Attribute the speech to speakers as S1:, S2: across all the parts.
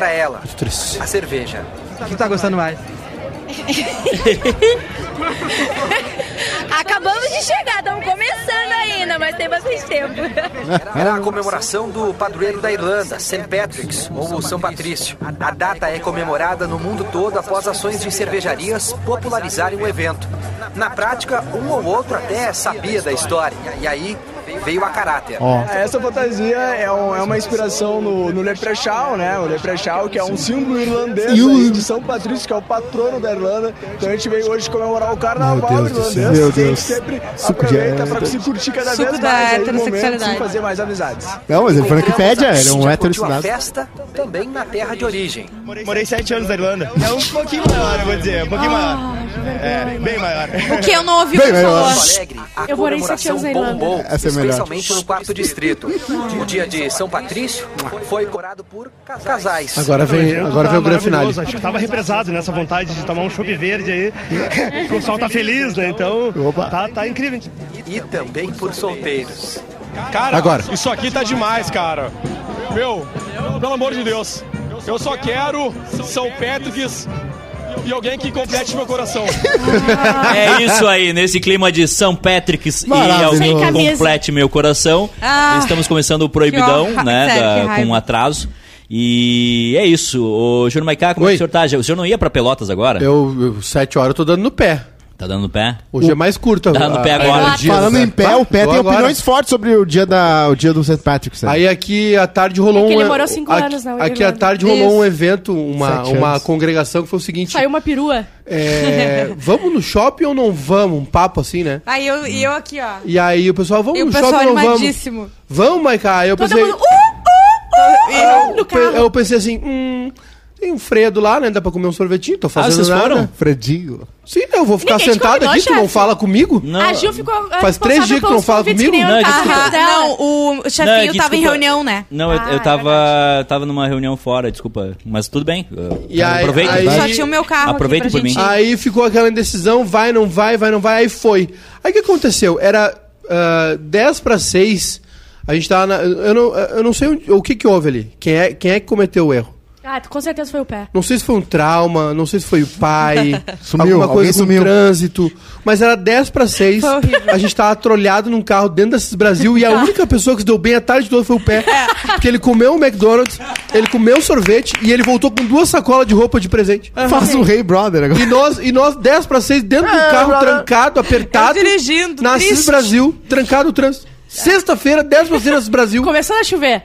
S1: ela, a cerveja.
S2: O que tá gostando mais?
S3: Acabamos de chegar, estamos começando ainda, mas tem bastante tempo.
S4: É,
S1: Era a comemoração do padroeiro da Irlanda, St. Patrick's, ou São Patrício. A data é comemorada no mundo todo após ações de cervejarias popularizarem o evento. Na prática, um ou outro até sabia da história, e aí veio a caráter.
S4: Ó.
S5: Ah, Essa fantasia é, um- é uma inspiração no, no Leprechaun, né? O Leprechaun, que é um símbolo irlandês
S4: E o-
S5: aí de São Patrício, que é o patrono da Irlanda. Então a gente veio hoje comemorar o carnaval
S4: Meu Deus do
S5: irlandês.
S4: céu. Meu
S5: que a gente
S4: Deus.
S5: sempre
S4: Suco de
S5: aproveita pra
S4: hétero.
S5: se curtir cada
S6: Suco
S5: vez
S6: da
S5: mais. aí,
S6: heterossexualidade.
S5: momentos E fazer mais amizades.
S4: Não, mas ele foi
S1: Encontramos
S4: na
S1: a
S4: Wikipédia, ele é um
S1: Cíntia,
S4: hétero
S1: curtiu a
S4: estudado.
S1: festa também na terra de origem.
S7: Morei sete anos na Irlanda. É um pouquinho maior, eu vou dizer. Um pouquinho maior. É, bem maior.
S6: O que eu não ouvi o
S4: Bem,
S6: que
S4: vai lá.
S6: falou.
S1: Porto Alegre, a
S6: Eu morei sete
S1: comemoração
S6: anos na Irlanda.
S1: bombou,
S4: Essa é melhor.
S1: especialmente no quarto distrito. O dia de São Patrício foi comemorado por casais.
S2: Agora vem, agora vem o grande final.
S7: Maravilhoso, Acho que tava represado nessa vontade de tomar um chope verde aí. O pessoal tá feliz, né? Então,
S4: Opa.
S7: tá, tá incrível.
S1: E também por solteiros.
S8: Cara,
S4: Agora.
S8: isso aqui tá demais, cara. Meu, pelo amor de Deus. Eu só quero São Patrick's e alguém que complete meu coração.
S9: É isso aí, nesse clima de São Patrick's e
S4: Maravilhoso.
S9: alguém
S6: Sem
S9: que
S6: camisa.
S9: complete meu coração.
S6: Ah,
S9: Estamos começando o Proibidão,
S6: que horror.
S9: né?
S6: Sério,
S9: da-
S6: que raiva.
S9: com um atraso. E é isso. Ô, Júnior Maicá, como é
S2: Oi.
S9: que o senhor tá? O senhor não ia pra Pelotas agora?
S2: Eu, eu, sete horas, eu tô dando no pé.
S9: Tá dando pé?
S2: Hoje é mais curto.
S9: Tá no
S2: a-
S9: pé
S2: a-
S9: agora.
S2: a- dias,
S4: Falando
S2: né?
S4: em pé,
S2: Tá,
S4: o pé
S2: vou
S4: tem
S2: agora.
S4: opiniões fortes sobre o dia, da, o dia do St. Patrick's. né?
S2: Aí aqui à tarde rolou
S6: É que ele
S2: um.
S6: morou cinco
S2: aqui,
S6: anos na
S2: Aqui à
S6: Irlanda.
S2: tarde rolou
S6: Isso.
S2: um evento, uma,
S4: Sete
S2: uma
S4: anos.
S2: congregação que foi o seguinte:
S6: Saiu uma perua.
S2: é, vamos no shopping ou não vamos? Um papo assim, né?
S6: Aí eu, e eu aqui, ó.
S2: E aí o pessoal, vamos
S6: E o
S2: no
S6: pessoal
S2: shopping ou não vamos?
S6: animadíssimo.
S2: Vamos, Maica. Aí eu
S6: Todo
S2: pensei,
S6: mundo. Uh, uh, uh, uh, no
S2: pe-
S6: carro.
S2: eu pensei assim, hum, tem um Fredo lá, né? Dá pra comer um sorvetinho, tô fazendo
S9: Ah, vocês
S2: nada.
S9: foram?
S4: Fredinho.
S2: Sim, eu vou ficar
S6: Ninguém te
S2: sentado
S6: convidou,
S2: aqui, tu não
S6: chefe.
S2: fala comigo?
S9: Não.
S6: A Gil ficou. ah,
S10: é,
S2: Faz três
S6: responsável
S2: dias que tu
S6: pelos
S2: não fala
S6: convites que
S2: comigo?
S6: nem eu
S9: Não,
S6: tava.
S9: desculpa.
S6: Não, o
S9: Não, é
S6: chefinho
S9: que,
S6: tava em
S9: desculpa,
S6: reunião, né?
S9: Não, eu, eu tava, tava numa reunião fora, desculpa. Mas tudo bem. eu-
S2: E aí-
S9: aproveita.
S2: aí-
S6: Só tinha o meu carro. aqui
S9: Aproveita
S6: pra
S9: por mim.
S6: gente ir.
S2: Aí ficou aquela indecisão, vai, não vai, vai, não vai, aí foi. Aí o que aconteceu? Era ah, 10 para 6, a gente tava na, eu, não, eu não sei onde- o que que houve ali, quem é, quem é que cometeu o erro.
S3: Ah, com certeza foi o pé.
S2: Não sei se foi um trauma, não sei se foi o pai,
S4: Sumiu,
S2: alguma
S4: alguém
S2: coisa com
S4: sumiu.
S2: trânsito, mas era 10 para 6,
S6: Foi horrível. Tá.
S2: a gente tava trolhado num carro dentro desses Brasil e a única pessoa que se deu bem a tarde toda foi o pé,
S6: É.
S2: porque ele comeu um McDonald's, ele comeu sorvete e ele voltou com duas sacolas de roupa de presente.
S4: Faz um Rei Brother agora.
S2: E nós, e nós 10 para 6 dentro do carro, trancado, apertado.
S6: Eu dirigindo,
S2: na Assis
S6: triste.
S2: Brasil, trancado o trânsito. Sexta-feira, 10 para 6 na Assis Brasil.
S3: Começando a chover.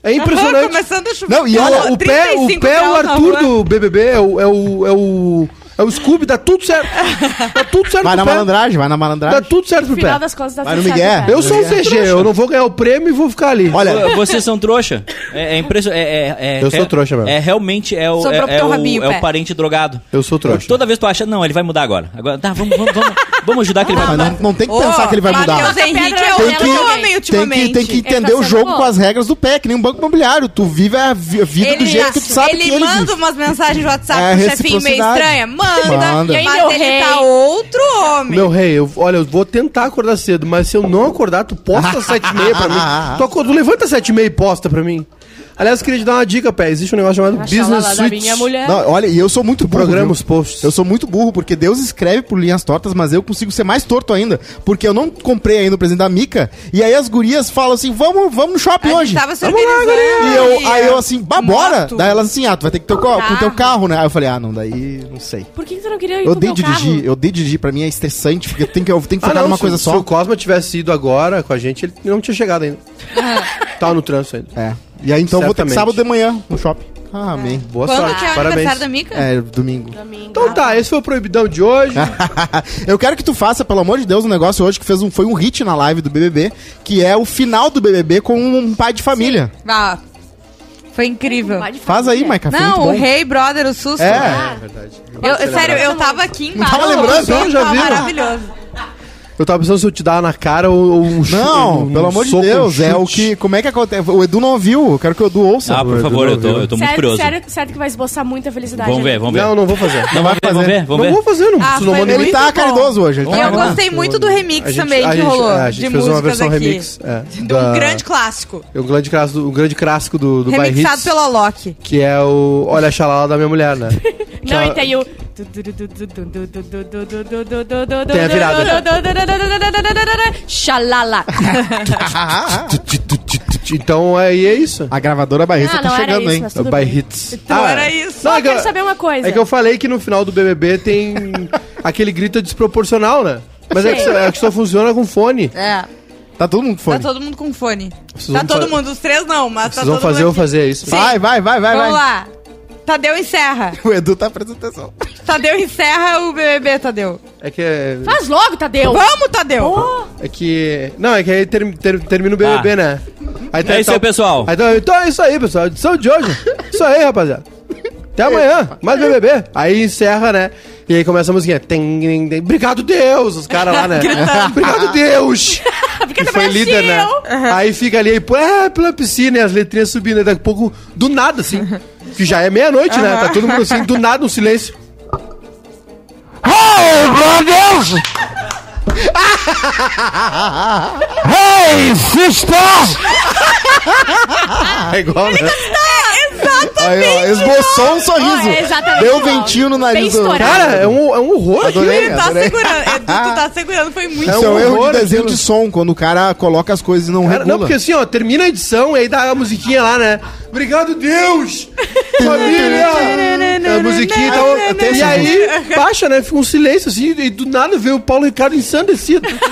S2: É
S6: Aham,
S2: impressionante.
S6: Começando a chover.
S4: Não, e
S2: E
S6: Tava
S2: olha, o pé, o
S6: 35
S2: pé é o
S6: graus na
S2: Arthur
S6: rua.
S2: do BBB, é o, é o, é o, é o Scooby, dá tudo certo. Dá tudo certo
S4: Vai na
S2: pro pé.
S4: malandragem, vai na
S2: Dá
S4: malandragem.
S2: tudo certo pro
S3: Final
S2: pé.
S3: das contas da
S4: Vai no
S3: Sensata,
S4: Miguel.
S3: cara.
S2: Eu sou um CG, eu não vou ganhar o prêmio e vou ficar ali.
S4: Olha,
S9: Pô, Vocês são trouxa. É, é impressionante.
S2: Eu sou trouxa mesmo.
S9: É realmente é o,
S6: Sobrou pro
S9: é, é
S6: teu
S9: o,
S6: rabinho,
S9: é o
S6: pé.
S9: parente drogado.
S2: eu sou trouxa.
S9: Toda vez tu acha, não, ele vai mudar agora. Agora, tá, vamos, vamos, vamos, vamos ajudar que ele vai
S4: mas
S9: mudar.
S4: não, não tem que
S6: Ô,
S4: pensar que ele vai mudar.
S6: Matheus Henrique é o
S4: Tem que-
S6: melhor homem
S4: Tem que,
S6: ultimamente. tá
S4: tem que entender o
S3: sendo
S4: jogo
S3: bom.
S4: com as regras do pé, que nem um banco imobiliário. Tu vive a vi- a vida do jeito que tu sabe
S6: ele
S4: que ele
S6: manda
S4: vive.
S6: umas mensagens no WhatsApp
S4: É
S6: pro chefinho meio
S4: reciprocidade.
S6: estranha. Manda.
S4: Manda.
S6: Mas
S3: E aí, meu
S6: ele
S3: rei?
S6: tá outro homem.
S2: Meu rei, eu, olha, eu vou tentar acordar cedo, mas se eu não acordar, tu posta às sete e meia pra mim. Tu, acorda, tu levanta às sete e meia e posta pra mim. Aliás, eu queria te dar uma dica, pé. Existe um negócio chamado
S6: é
S2: Business
S3: lá da
S2: Suite.
S3: minha mulher.
S4: Não, olha, e eu sou muito burro.
S2: Programa
S4: viu?
S2: os posts.
S4: Eu sou muito burro, porque Deus escreve por linhas tortas, mas eu consigo ser mais torto ainda. Porque eu não comprei ainda o presente da Mica, e aí as gurias falam assim: vamos, vamos no shopping
S6: A gente
S4: hoje.
S6: tava se
S4: Vamos lá,
S6: organizando.
S4: guria. E eu, aí eu assim, bah, bora!
S6: Moto.
S4: Daí elas assim, ah, tu vai ter que ter o co- com o teu
S6: Carro.
S4: carro, né? Aí eu falei, ah, não, daí não sei.
S3: Por que que tu não queria ir
S4: Eu
S3: com o
S4: odeio
S3: teu
S4: dirigir,
S3: carro?
S4: eu odeio dirigir, pra mim é estressante, porque tem que, eu tenho que
S2: Ah,
S4: focar
S2: não,
S4: numa
S2: se,
S4: coisa
S2: se
S4: só.
S2: o Cosma tivesse ido agora com a gente, ele não tinha chegado ainda. Tava no trânsito ainda.
S4: É. E aí então eu vou ter que
S2: Certamente.
S4: sábado de manhã no shopping. Ah, amém.
S2: Boa
S6: Quando
S2: sorte,
S6: que é o
S2: parabéns.
S6: aniversário da Mica?
S4: É, domingo.
S2: Então tá, esse foi o Proibidão de hoje.
S4: Eu quero que tu faça, pelo amor de Deus, um negócio hoje que fez um, foi um hit na live do BBB, que é o final do BBB com um pai de família.
S6: Ah, foi incrível.
S4: Faz aí,
S10: né?
S4: Maica. foi muito
S6: Não, o
S4: bom.
S6: Rei Brother, o susto.
S4: É.
S6: Eu- sério, eu tava aqui
S4: Não
S6: embaixo.
S4: tava lembrando,
S6: eu
S4: já
S6: tava
S4: viu?
S6: maravilhoso.
S2: Eu tava pensando se eu te dar na cara ou, ou um chu-
S4: Não,
S2: um- um
S4: pelo amor de
S2: soco, um
S4: Deus, é o
S2: chute.
S4: que. Como é que acontece? O Edu não ouviu, eu quero que o Edu ouça.
S9: Ah, por favor, eu tô, eu tô muito
S10: sério,
S9: curioso.
S10: Sério, sério que vai esboçar muita felicidade.
S9: Vamos ver,
S10: ali.
S9: vamos ver.
S2: Não, não vou fazer.
S9: Não vai
S4: vai
S9: Vamos
S4: fazer.
S9: ver, vamos
S2: não
S9: ver.
S2: vou fazer, não.
S6: Ah,
S2: isso não
S6: foi
S2: manda
S4: Ele
S6: muito
S4: tá
S6: bom.
S4: caridoso hoje, ele tá
S6: E eu
S4: caridoso.
S6: gostei muito do remix
S2: A gente-
S6: também
S2: a
S6: que
S2: gente-
S6: rolou.
S2: é, a gente
S6: de
S2: fez uma
S6: músicas
S2: versão
S6: aqui.
S2: remix, é,
S6: de um
S2: da-
S6: grande clássico.
S2: O grande clássico, o grande clássico do, do By
S6: remixado
S2: Hits,
S6: pelo Alok.
S2: que é o Olha a Xalala da Minha Mulher, né?
S10: Não,
S2: Tchau.
S10: e tem o. Tem
S2: a virada. É
S10: Xalala.
S2: Então aí é isso.
S4: A gravadora barrista
S10: Ah,
S4: tá
S10: não era
S4: chegando,
S10: isso,
S4: hein?
S10: mas
S2: O
S10: tudo
S2: By
S10: bem.
S2: Hits.
S6: Então era isso.
S2: não,
S10: Só
S2: é que eu-
S10: Ah, quero saber uma coisa.
S2: É que eu falei que no final do BBB tem aquele grito desproporcional, né? Mas é que, só, é que só funciona com fone.
S6: É.
S4: Tá todo mundo com fone.
S6: Tá todo mundo com fone.
S2: Vocês
S6: Tá
S2: vão
S6: todo
S2: fa-
S6: mundo, os três não, mas tá
S2: Vocês
S6: todo
S2: vão
S6: mundo.
S2: fazer eu
S6: aqui.
S2: fazer isso.
S4: Vai, vai, vai, vai,
S6: Vamos
S4: vai.
S6: lá. Tadeu encerra.
S4: O Edu tá prestando atenção.
S6: Tadeu encerra o BBB, Tadeu.
S2: É que é,
S10: Faz logo, Tadeu.
S6: Vamos, Tadeu!
S2: é que não é que aí ter- ter- termina o BBB,
S9: Ah.
S2: né? Aí
S9: É isso aí, pessoal.
S2: Aí tá- então é isso aí, pessoal. Edição de hoje. Isso aí, rapaziada. Até amanhã, mais BBB. Aí encerra, né? E aí começa a musiquinha. Tem, tem, tem. Obrigado, Deus! Os caras lá, né? Obrigado, Deus! que foi
S10: Brasil!
S2: líder, né? Aí fica ali, aí, pô, é, pela piscina e as letrinhas subindo. Aí Daqui a pouco, do nada, assim. Que já é meia-noite, né? Tá todo mundo assim, do nada, um silêncio. É igual, né?
S10: É,
S4: Aí, ó, esboçou um sorriso.
S10: Ó, é exatamente
S4: Deu um
S10: igual.
S4: ventinho no nariz
S10: Bem
S4: do
S10: estourado.
S2: Cara, é um, é um horror aquilo.
S4: Adorei.
S6: Ele tá
S4: adorei.
S6: segurando. Edu, tu tá segurando, foi muito.
S4: Isso é um erro
S2: horror
S4: de desenho
S2: aquilo.
S4: de som, quando o cara coloca as coisas e não
S2: Cara,
S4: regula.
S2: não, porque assim, ó, termina a edição e aí dá a musiquinha lá, né? Obrigado, Deus!
S4: né?
S2: Família! a musiquinha e
S6: tá
S2: tal.
S4: Eu tenho
S2: E
S4: essa
S2: aí, baixa, né? Fica um silêncio assim, e do nada vê o Paulo Ricardo ensandecido.
S10: Ele tá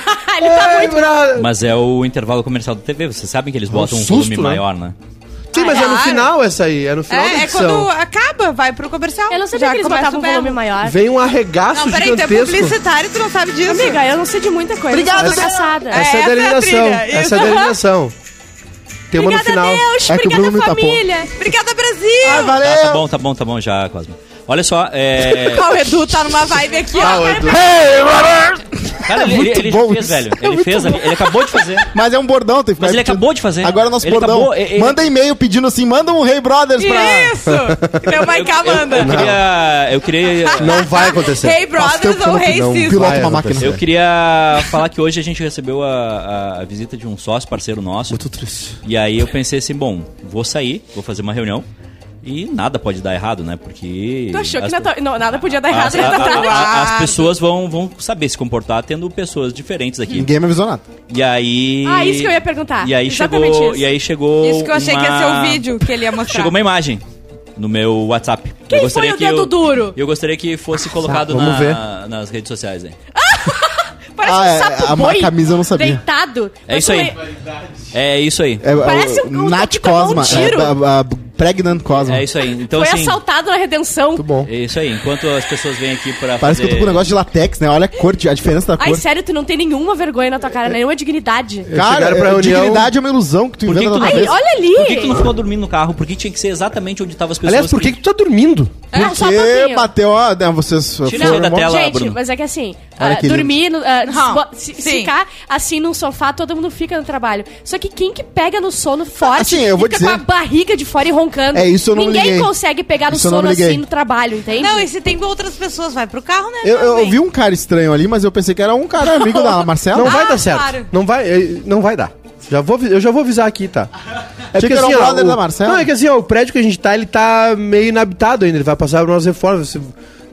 S2: Ai,
S10: muito.
S2: bra-
S9: Mas é o intervalo comercial do TV, vocês sabem que eles botam um,
S2: susto,
S9: volume
S2: né?
S9: maior, né?
S2: Sim, mas é no
S6: Claro.
S2: final essa aí, é no final da
S6: Ah, É, é
S2: edição.
S6: quando acaba, vai pro comercial.
S10: Eu não sabia
S6: Já
S10: que eles
S6: começa
S10: botavam um
S6: o berro.
S10: volume maior.
S2: Vem um arregaço
S6: Não, peraí, tu é
S2: gigantesco.
S6: publicitário, tu não sabe disso.
S10: Amiga, eu não sei de muita coisa.
S6: Obrigado,
S10: sou fracassada.
S6: Deus.
S2: Essa
S6: Essa
S2: é a
S6: é a
S2: delineação.
S6: trilha, isso.
S2: Essa é a delineação. Tem uma no
S10: Obrigada,
S2: final.
S10: Deus.
S4: É que o
S10: Obrigada,
S4: Bruno me tapou.
S10: família.
S6: Obrigada, Brasil!
S4: Ah, valeu!
S9: Tá, tá bom, tá bom, tá bom já, Cosmo. Olha só, é.
S6: Ah, o Edu tá numa vibe aqui,
S2: Ah,
S10: É
S2: o
S6: ó.
S2: Edu.
S9: Cara, ele,
S4: muito
S9: ele
S4: bom
S9: fez,
S4: isso.
S9: velho. Ele fez ali, ele acabou de fazer.
S4: Mas é um bordão, tem que
S9: Mas
S4: ficar
S9: ele
S4: repetindo.
S9: acabou de fazer.
S4: Agora é nosso
S9: Ele
S4: bordão.
S9: acabou, e- e-
S4: Manda e-mail pedindo assim, manda um Hey Brothers pra...
S6: Isso! Meu
S10: Então
S6: Maiká manda.
S9: Eu queria. Eu queria.
S2: Não
S10: Ah,
S2: vai acontecer.
S6: Hey
S4: Faz tempo
S6: Brothers
S4: que eu
S6: ou
S4: não-
S6: Hey
S4: não
S6: Sisters.
S4: Piloto
S2: Vai
S4: uma
S2: acontecer.
S4: máquina.
S9: Eu queria falar que hoje a gente recebeu a, a- a visita de um sócio, parceiro nosso. Muito triste. E aí eu pensei assim, bom, vou sair, vou fazer uma reunião. E nada pode dar errado, né? Porque.
S10: Tu achou que
S9: as-
S10: na tua- não, nada podia dar errado né? Tá-
S9: as, a-
S10: nessa
S9: a-
S10: tarde?
S9: a- as pessoas vão, vão saber se comportar tendo pessoas diferentes aqui.
S4: Ninguém me avisou nada.
S9: E aí.
S10: Ah, isso que eu ia perguntar.
S9: E aí
S10: Exatamente
S9: chegou.
S10: isso.
S9: E aí chegou.
S6: Isso que eu achei
S9: uma-
S6: que ia ser o vídeo que ele ia mostrar.
S9: Chegou uma imagem no meu WhatsApp.
S10: Quem foi o dedo
S9: eu,
S10: duro?
S9: Eu gostaria que fosse colocado
S4: vamos
S9: na-
S4: ver.
S9: nas redes sociais, né?
S10: Parece
S4: Ah, é,
S10: um sapo
S4: a
S10: boi.
S4: minha camisa eu não sabia.
S10: Deitado.
S9: É isso aí. É isso aí.
S4: É,
S10: Parece
S4: é,
S10: um- um
S4: Nath
S10: que tomou um
S4: Cosma.
S10: tiro.
S4: é, a- a- Pregnant Cosma.
S9: É isso aí. Então,
S10: Foi
S9: assim,
S10: assaltado na redenção.
S4: Muito bom.
S9: é isso aí. Enquanto as pessoas vêm aqui pra
S4: Parece que eu tô com um negócio de latex, né? Olha a cor, a diferença da
S10: Ai,
S4: cor.
S10: sério, tu não tem nenhuma vergonha na tua
S4: É.
S10: cara, nenhuma dignidade.
S4: Cara,
S2: Chegaram pra
S4: é-
S2: reunião-
S4: dignidade é uma ilusão que tu
S9: Por que
S4: inventa
S9: que
S4: na
S9: tu-
S10: Ai,
S4: cabeça.
S10: olha
S9: Por que que tu
S10: ali!
S9: não ficou dormindo no carro? Porque tinha que ser exatamente onde estavam as pessoas.
S2: Aliás, por que, que tu tá dormindo?
S10: Ah, só um
S4: Porque
S10: pouquinho.
S4: bateu, ó, né, vocês
S9: Tira isso aí da
S4: mó-
S9: tela.
S10: Gente,
S9: Bruno.
S10: mas é que assim,
S4: Olha
S10: ah,
S4: que lindo.
S10: dormir, no- ah,
S6: Não,
S10: bo- se, se
S6: sim.
S10: ficar assim num sofá, todo mundo fica no trabalho. Só que quem que pega no sono forte
S4: Assim, eu vou
S10: fica
S4: dizer-
S10: com a barriga de fora e roncando.
S4: É, isso eu não
S10: Ninguém
S4: liguei.
S10: consegue pegar no
S4: Isso eu não
S10: sono
S4: liguei.
S10: assim no trabalho, entende?
S6: Não, e se tem outras pessoas, vai pro carro, né?
S4: Eu, eu
S6: Também.
S4: vi um cara estranho ali, mas eu pensei que era um cara amigo da Marcela.
S2: Não vai
S6: Ah,
S2: dar certo.
S6: claro.
S2: Não vai, eh, não vai dar. Já vou, avi- eu já vou avisar aqui, tá? É
S4: que era o
S2: ó,
S4: brother da Marcela.
S2: Não, é que assim, ó, o prédio que a gente tá, ele tá meio inabitado ainda. Ele vai passar por umas reformas. se-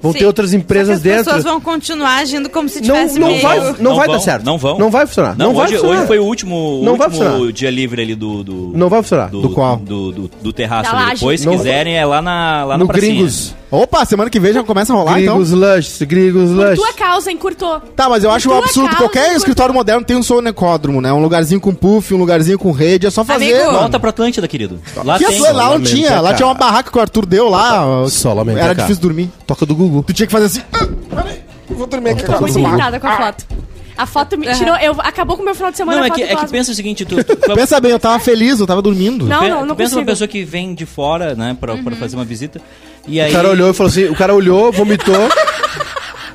S2: Vão
S6: Sim.
S2: ter outras empresas
S6: Só que as
S2: dentro.
S6: pessoas vão continuar agindo como se
S2: Não,
S6: tivesse
S2: não
S6: meio...
S2: vai, não, vai
S9: vão,
S2: dar certo.
S9: Não vão.
S2: Não vai funcionar. Não, vai
S9: hoje,
S2: funcionar.
S9: hoje foi o último,
S2: Não
S9: último
S2: vai funcionar.
S9: dia livre ali do. do
S2: Não vai funcionar.
S9: Do,
S4: Do qual?
S9: Do, do, do terraço.
S10: Da
S9: ali.
S10: laje.
S9: Depois, se
S2: Não-
S9: quiserem, é lá na, lá na
S2: no
S9: pracinha.
S2: Gringos.
S4: Opa, semana que vem já começa a rolar, então.
S2: Gringos Lush, Gringos
S10: Por é
S2: Lush.
S10: tua causa, encurtou.
S4: Tá, mas eu acho um
S10: Tua
S4: absurdo.
S10: causa,
S4: Qualquer
S10: por-
S4: escritório moderno tem um sonecódromo, né? Um lugarzinho com puff, um lugarzinho com rede. É só fazer.
S6: Amigo,
S4: mano.
S9: Volta pra Atlântida, querido. Lá
S4: Que
S9: tem.
S4: lá, lá não
S2: Solamente,
S4: tinha. Lá
S2: cara.
S4: tinha uma barraca que o Arthur deu lá.
S2: Só lamento,
S4: Era
S2: cara.
S4: difícil dormir.
S2: Toca do Gugu.
S4: Tu tinha que fazer assim. "Ah, peraí, eu Vou dormir aqui
S10: Tô muito
S4: agora".
S10: irritada
S6: Ah.
S10: com a foto. A foto me tirou. Eu, acabou com o meu final de semana.
S9: Não,
S10: a
S9: é
S10: foto
S9: que,
S10: do
S9: é que
S10: Cosmo.
S9: pensa o seguinte, tu, tu- tu-
S4: Pensa bem, eu tava feliz, eu tava dormindo.
S10: Não,
S9: Pe-
S10: não, não consigo.
S9: pensa
S10: Uhum.
S9: numa pessoa que vem de fora, né, pra, pra fazer uma visita. E aí.
S2: O cara olhou e falou assim, o cara olhou, vomitou.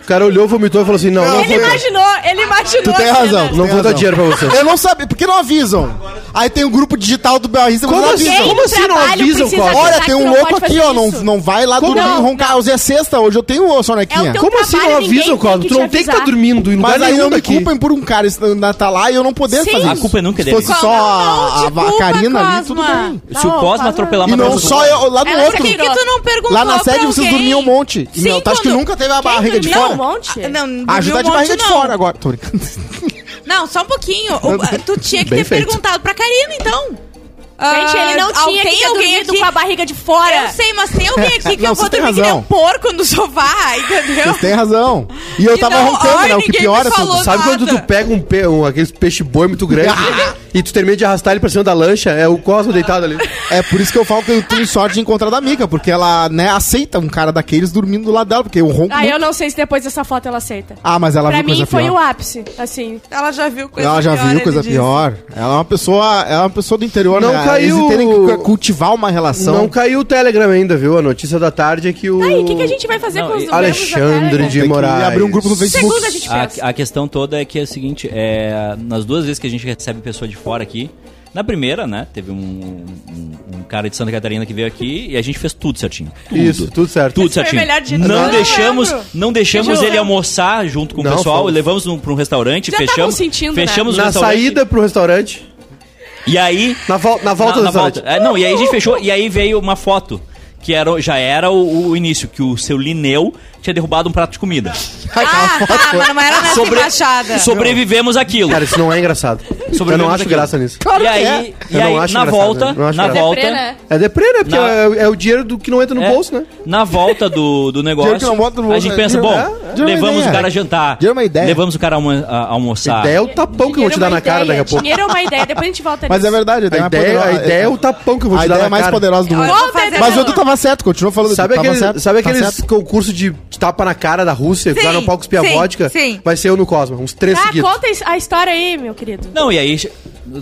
S2: cara olhou, vomitou e falou assim: não, não
S10: ele
S2: vou dar.
S10: imaginou, ele imaginou.
S4: Ah, Tu tem
S10: a cena.
S4: razão. tu
S2: Não
S4: tem
S2: vou dar
S4: razão.
S2: dinheiro pra vocês.
S4: Eu não sabia, porque não avisam. Aí tem um grupo digital do Barrista, mas
S2: Como
S4: não
S2: assim?
S4: avisam.
S2: Como assim não
S10: trabalho
S2: avisam,
S10: precisa
S2: Cláudio?
S10: avisar
S4: Olha,
S10: que
S4: tem
S10: tu
S4: um
S10: não
S4: louco
S10: pode
S4: aqui,
S10: fazer
S4: ó. Não,
S10: isso.
S4: não vai lá
S2: Como?
S4: dormir
S2: Não,
S4: e roncar. Hoje é sexta, hoje eu tenho ô, sonequinha.
S10: É o teu-
S2: Como assim
S10: trabalho,
S2: não
S10: ninguém
S2: avisam,
S10: tem
S2: Cláudio?
S10: que
S2: Tu
S10: te
S2: não tem que estar
S10: avisar.
S2: dormindo em lugar
S4: Mas aí
S2: nenhum
S4: não me
S2: daqui.
S4: culpem por um cara esse- na- tá lá e eu não poder
S10: Sim.
S4: fazer
S10: A
S4: isso.
S9: culpa nunca é
S4: Se
S9: dele.
S4: fosse só a,
S6: Não, não
S4: a
S6: te
S4: Karina
S6: culpa,
S4: ali, tudo
S6: Cosma.
S4: bem.
S10: Ah, Tá
S9: Se o Cosma atropelar uma
S4: E não
S9: pessoa-
S4: só eu, lá no
S10: Ela
S6: Por
S4: outro.
S6: que, que tu não perguntou
S4: Lá na
S6: pra
S4: sede vocês
S6: alguém?
S4: dormiam um monte.
S6: Sim,
S4: não, tu acha que
S6: quando-
S4: nunca teve a barriga de
S10: dormiu?
S4: fora?
S10: um monte?
S6: Ah, Não,
S4: Ah,
S6: dormiu
S4: Ajuda
S6: um
S4: de barriga
S6: monte,
S4: de
S6: não.
S4: fora agora. Tô brincando.
S6: Não, só um pouquinho. O- ah, tu tinha que
S2: Bem
S6: ter
S2: feito.
S6: perguntado pra Karina, então.
S10: Gente, ele não
S6: Ah,
S10: tinha
S6: tem
S10: que ter
S6: alguém
S10: dormido
S6: aqui-
S10: com a barriga de fora.
S6: Eu sei, mas tem alguém aqui que
S4: Não,
S6: eu
S4: você
S6: vou
S4: tem
S6: dormir que nem
S4: razão.
S6: um porco no sofá, entendeu?
S4: Vocês têm razão. E eu
S6: E
S4: tava
S6: não,
S4: roncando,
S6: ai,
S4: né? O que
S6: ninguém
S4: piora
S6: me falou
S4: tudo.
S2: Sabe quando tu
S6: nada.
S2: pega um, pe... um aqueles peixe boi muito grande
S4: Ah,
S2: e tu termina de arrastar ele pra cima da lancha? É o Cosmo deitado ali.
S4: É por isso que eu falo que eu tenho sorte de encontrar da Mica, porque ela, né, aceita um cara daqueles dormindo do lado dela, porque eu ronco.
S10: Ah,
S4: muito.
S10: eu não sei se depois dessa foto ela aceita.
S4: Ah, mas ela
S10: pra
S4: viu
S10: mim
S4: coisa
S10: foi
S4: pior.
S10: o ápice, assim.
S6: Ela já viu coisa
S4: Ela já
S6: pior, né,
S4: viu
S6: ele
S4: coisa
S6: disse.
S4: pior. Ela é uma pessoa, ela é uma pessoa do interior,
S2: Não
S4: né?
S2: caiu-
S4: Eles terem que cu- cultivar uma relação.
S2: Não caiu o Telegram ainda, viu? A notícia da tarde é que o.
S10: Aí, o que, que a gente vai fazer
S9: Não,
S10: com os
S9: e- Ah,
S10: números da
S2: Alexandre
S10: cara?
S2: de
S4: Tem que
S2: Moraes.
S4: abrir um grupo no Facebook.
S10: Segunda a gente
S9: A,
S10: pensa.
S9: a questão toda é que é o seguinte, é, nas duas vezes que a gente recebe pessoa de fora aqui, na primeira, né, teve um, um- um cara de Santa Catarina que veio aqui e a gente fez tudo certinho. Tudo.
S2: Isso, tudo certo.
S9: Tudo
S6: Esse foi o
S9: certinho.
S6: melhor dia de
S9: não,
S6: tudo.
S9: deixamos,
S10: Eu lembro.
S9: não deixamos
S10: Fechou.
S9: ele almoçar junto com
S2: Não,
S9: o pessoal,
S2: foi-
S9: levamos num, pra um restaurante,
S10: Já tavam
S9: fechamos,
S10: sentindo, né?
S9: fechamos o
S2: Na
S9: restaurante.
S2: saída É pro restaurante.
S9: E aí,
S2: Na, vol- na volta
S9: na,
S2: do
S9: na
S2: restaurante.
S9: volta. É, não, e aí a gente fechou, e aí veio uma foto. Que era, já era o, o início, que o seu Lineu tinha derrubado um prato de comida.
S6: Ah, tá, mas não
S10: é assim,
S6: era nessa
S9: Sobre-
S6: embaixada.
S9: Sobrevivemos aquilo.
S2: Cara, isso não é engraçado.
S9: Sobre
S2: Eu não
S9: menos
S2: acho
S9: aquilo.
S2: graça nisso.
S9: e aí,
S2: é.
S9: e
S2: Eu
S9: aí
S2: não acho
S9: na
S2: engraçado,
S9: volta,
S2: não acho
S9: na
S2: engraçado.
S9: volta,
S10: Deprê, né?
S2: É deprê, né? Porque
S9: Na-
S2: é, é o dinheiro do que não entra no
S9: é,
S2: bolso, né?
S9: na volta do, do negócio,
S4: que não bota no
S9: a
S4: bolso,
S9: gente
S4: né?
S9: pensa, bom,
S4: Dinheiro- é, dinheiro é uma
S9: levamos
S4: ideia.
S9: o cara a jantar,
S4: Dinheiro é uma ideia.
S9: levamos o cara a, almo- a- a
S4: Tá.
S9: almoçar.
S2: Ideia é o tapão que eu vou te
S10: Dinheiro
S2: dar
S10: é uma
S2: na cara
S10: ideia,
S2: daqui a pouco.
S10: Dinheiro é uma ideia, depois a gente volta
S4: Mas é
S10: nisso.
S4: verdade, a ideia,
S2: A ideia, a ideia é o tapão que eu vou
S4: a
S2: te dar
S4: ideia
S2: na
S4: mais
S2: cara.
S4: poderosa do mundo.
S6: Vou fazer
S4: Mas o
S6: essa-
S4: Edu tava certo, continua falando.
S2: Sabe
S4: tava
S2: aquele,
S4: certo,
S2: sabe
S4: tá
S2: aqueles
S4: certo.
S2: concursos de tapa na cara da Rússia, que
S6: Sim,
S2: vai no palco espia
S6: sim,
S2: vodka?
S6: sim. Tá,
S2: Vai ser eu no Cosmo, uns três
S10: Ah,
S2: seguidos.
S10: conta a história aí, meu querido.
S9: Não, e aí,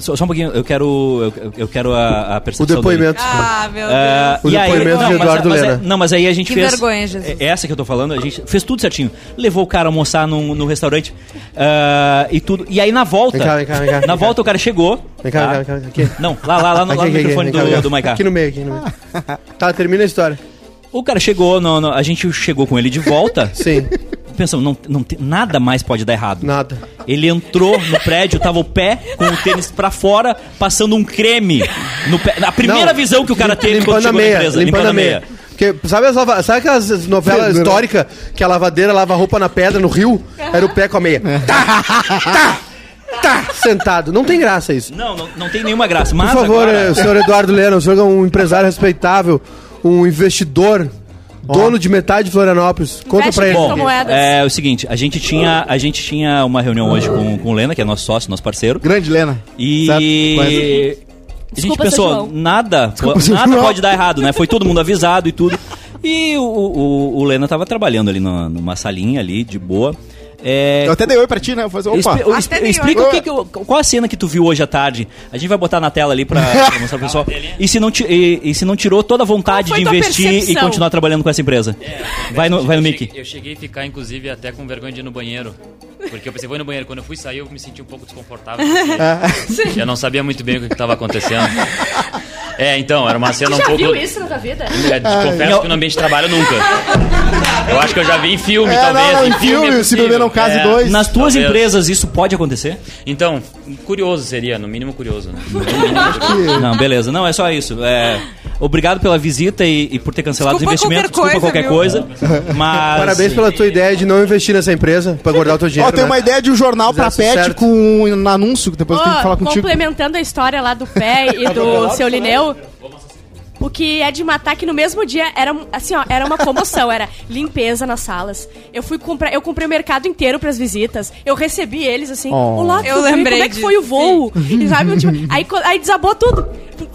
S9: só, só um pouquinho, eu quero, eu, eu quero a, a
S2: O
S9: percepção
S2: depoimento.
S6: Ah, meu Deus.
S9: Ah,
S2: O
S9: e aí-
S2: depoimento
S9: não,
S2: de
S9: mas-
S2: Eduardo
S9: mas, é,
S2: Lena.
S9: Não, mas aí a gente
S6: Que
S9: fez.
S6: vergonha, Jesus.
S9: é- Essa que eu tô falando, a gente fez tudo certinho. Levou o cara a almoçar num- no restaurante ah, e tudo. E aí na volta.
S2: Vem cá, vem cá, vem cá,
S9: na
S2: vem
S9: volta o cara chegou. tá?
S2: Vem cá, vem cá, vem cá. Aqui.
S9: Não, lá, lá, lá, no- lá
S2: Aqui,
S9: no
S2: aqui,
S9: microfone
S2: aqui, vem cá,
S9: do, do
S2: vem cá.
S9: Maiká.
S2: Aqui no meio, aqui no meio. Tá, termina a história.
S9: O cara chegou, no- no- a gente chegou com ele de volta.
S2: Sim,
S9: Pensamos, não, não tem- nada mais pode dar errado.
S2: nada.
S9: Ele entrou no prédio, tava o pé com o tênis pra fora, passando um creme no pé. A primeira
S2: Não,
S9: visão que o cara teve quando
S2: Limpando a
S9: chegou na
S2: meia,
S9: empresa,
S2: limpando a meia. Porque, sabe, as lava- sabe aquelas novelas
S4: Pedro.
S2: históricas que a lavadeira lava a roupa na pedra no rio? Era o pé com a meia.
S9: É.
S2: Tá, tá, tá, sentado. Não tem graça isso.
S9: Não, não, não tem nenhuma graça.
S2: Por
S9: Mas
S2: favor,
S9: agora-
S2: eh, o senhor Eduardo Lena, o senhor é um empresário respeitável, um investidor, dono de metade de Florianópolis. Conta
S10: Investe
S2: pra ele.
S10: em
S9: Bom,
S10: criptomoedas.
S9: é o seguinte, a gente tinha, a gente tinha uma reunião hoje com, com o Lena, que é nosso sócio, nosso parceiro,
S4: Grande Lena. Certo,
S9: e a gente
S10: Desculpa, seu
S9: pensou,
S10: João.
S9: nada, po-
S4: seu
S9: nada
S4: João.
S9: pode dar errado, né? Foi todo mundo avisado e tudo. E o, o, o Lena tava trabalhando ali numa, numa salinha ali, de boa. É,
S4: Eu até dei oi pra ti, né? Eu falei assim, opa.
S9: Expli- o- expli-
S6: Até
S9: explica
S4: nenhum.
S9: o que que eu- qual a cena que tu viu hoje à tarde. A gente vai botar na tela ali pra, pra mostrar pro pessoal. E se, não ti- e, e se não tirou toda a vontade
S10: Qual
S9: de
S10: foi tua
S9: investir
S10: percepção?
S9: e continuar trabalhando com essa empresa?
S4: É,
S9: Vai no, vai no
S11: Eu
S9: Mickey.
S11: cheguei- Eu cheguei a ficar, inclusive, até com vergonha de ir no banheiro. Porque eu pensei, vou ir no banheiro. Quando eu fui sair, eu me senti um pouco desconfortável.
S4: Ah.
S11: porque Eu não sabia muito bem o que estava acontecendo. É, então, era uma
S10: Tu
S11: cena um
S10: já
S11: pouco...
S10: viu isso na tua vida?
S11: É, te
S4: Ah,
S11: confesso que no ambiente de trabalho nunca. Eu acho que eu já vi em filme,
S4: É,
S11: talvez.
S4: não, não,
S11: em
S4: em
S11: é
S4: filme, Se
S11: possível.
S4: Beber Não Case
S11: É.
S4: dois.
S9: Nas tuas
S11: Talvez.
S9: empresas isso pode acontecer?
S11: Então, curioso seria, no mínimo curioso. Né?
S9: Não, beleza. Não, é só isso. É, obrigado pela visita e, e por ter cancelado
S6: Desculpa
S9: os investimentos.
S6: qualquer
S9: desculpa qualquer coisa. Mas.
S2: Parabéns pela tua ideia de não investir nessa empresa pra guardar o teu
S4: Ó,
S2: dinheiro.
S4: tem
S2: né?
S4: uma ideia de um jornal pra
S2: Fizesse
S4: pet
S2: certo.
S4: com um anúncio que depois eu tenho que
S10: Ó,
S4: falar contigo.
S10: complementando a história lá do pé e do seu Lineu. O que é de matar que no mesmo dia era assim, ó, era uma comoção, era limpeza nas salas. Eu fui comprar, eu comprei o mercado inteiro pras visitas. Eu recebi eles assim,
S4: Oh.
S10: olá,
S6: Eu
S10: tudo bem?
S6: lembrei
S10: como é que
S6: disso,
S10: foi o voo? E sabe, tipo, aí co- aí desabou tudo.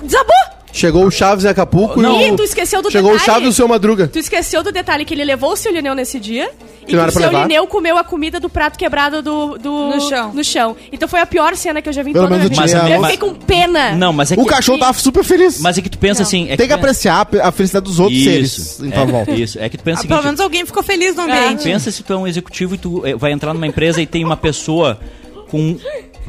S10: Desabou!
S2: Chegou o Chaves em Acapulco
S10: Não.
S2: e
S10: Ih,
S2: o...
S10: tu esqueceu do
S2: Chegou o
S10: detalhe?
S2: Chaves e o Seu Madruga.
S10: Tu esqueceu do detalhe que ele levou o seu Lineu nesse dia e que
S2: não era
S10: o
S2: pra
S10: seu
S2: levar.
S10: Lineu comeu a comida do prato quebrado do, do-
S6: No chão.
S10: chão. Então foi a pior cena que eu já vi em
S9: Pelo
S10: toda a minha
S9: menos eu
S10: vida.
S9: tirei
S10: Eu
S9: a-
S10: fiquei com pena.
S9: Não, mas é que...
S10: O cachorro tava
S4: super feliz.
S9: Mas é que tu pensa assim... É
S4: Tem que apreciar a, a felicidade dos outros seres em tua
S9: é,
S4: volta.
S9: Isso, é que tu pensa o
S6: Ah, pelo
S9: seguinte...
S6: menos alguém ficou feliz
S10: Ah.
S6: no ambiente.
S9: Pensa se tu é um executivo e tu eh, vai entrar numa empresa e tem uma pessoa com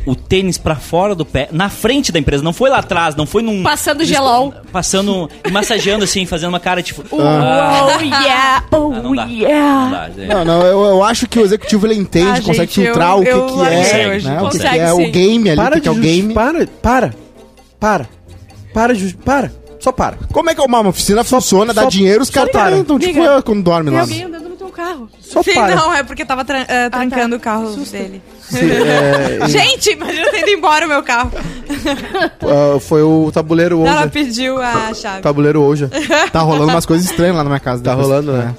S9: o tênis pra fora do pé, na frente da empresa, não foi lá atrás, não foi num...
S10: Passando
S9: Eles-
S10: gelol.
S9: Passando, e massageando assim, fazendo uma cara tipo... ah,
S10: Oh yeah, oh
S9: não dá.
S10: yeah.
S9: Não dá, gente.
S4: Não, não, eu, eu acho que o executivo ele entende,
S10: Ah,
S4: consegue
S10: gente,
S4: filtrar
S10: eu-
S4: o que,
S10: eu
S4: que
S10: larguei
S4: é,
S10: hoje.
S4: né, o que, que
S10: Consegue,
S4: é o
S10: sim.
S4: game ali, o que, que é o
S2: de
S4: game.
S2: justi- Para, para, para. Para, de justi- para. Só para.
S4: Como é que é uma oficina funciona, dá
S2: só-
S4: dinheiro, os
S2: só
S4: caras
S2: para.
S4: param. Tipo,
S2: Liga.
S4: eu quando dorme
S10: Tem
S4: lá.
S10: alguém andando no teu carro.
S2: Só
S6: Sim,
S4: para.
S6: não, é porque tava tran-
S10: Ah,
S6: eh,
S10: tá.
S6: trancando o carro dele.
S2: é, e-
S6: Gente, imagina eu tendo ido embora o meu carro.
S2: Ah, foi o tabuleiro
S6: Ela
S2: hoje.
S6: pediu a chave.
S2: Tabuleiro hoje.
S4: Tá rolando umas coisas estranhas lá na minha casa.
S2: Tá rolando, né?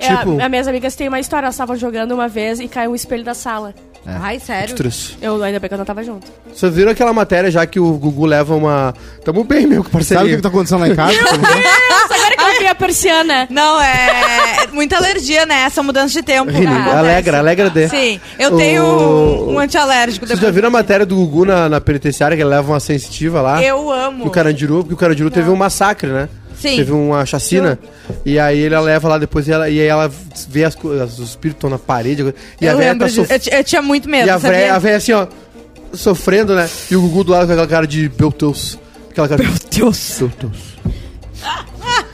S10: É,
S2: Tipo-
S10: a- as minhas amigas têm uma história. Elas estavam jogando uma vez e caiu um espelho da sala.
S2: É.
S10: Ai, sério?
S2: Trus.
S10: Eu ainda bem que eu não tava junto.
S2: Vocês viram aquela matéria já que o Gugu leva uma. Tamo bem, meu parceiro.
S4: Sabe o que que tá acontecendo lá em casa?
S10: Nossa, agora que eu vi a persiana.
S6: Não, é. é Muita alergia, né? Essa mudança de tempo.
S2: Rinite,
S6: Acontece.
S2: alegra, alegra de.
S6: Sim, eu
S2: O-
S6: tenho um- um antialérgico
S2: Vocês
S6: depois.
S2: já viram a matéria do Gugu na, na penitenciária que ele leva uma sensitiva lá?
S6: Eu amo.
S2: O Carandiru, porque o Carandiru teve um massacre, né?
S6: Sim.
S2: Teve uma chacina. E aí ele a leva lá depois e, ela, e aí ela vê as coisas, os espíritos estão na parede. E a
S6: eu
S2: velha
S6: lembro
S2: tá
S6: disso.
S2: sofrendo.
S6: Eu, ti- eu tinha muito medo,
S2: E a
S6: sabia?
S2: véia, a véia assim, ó, sofrendo, né? E o Gugu do lado com aquela cara de Belteus. Aquela cara
S6: Belteus.
S2: Belteus.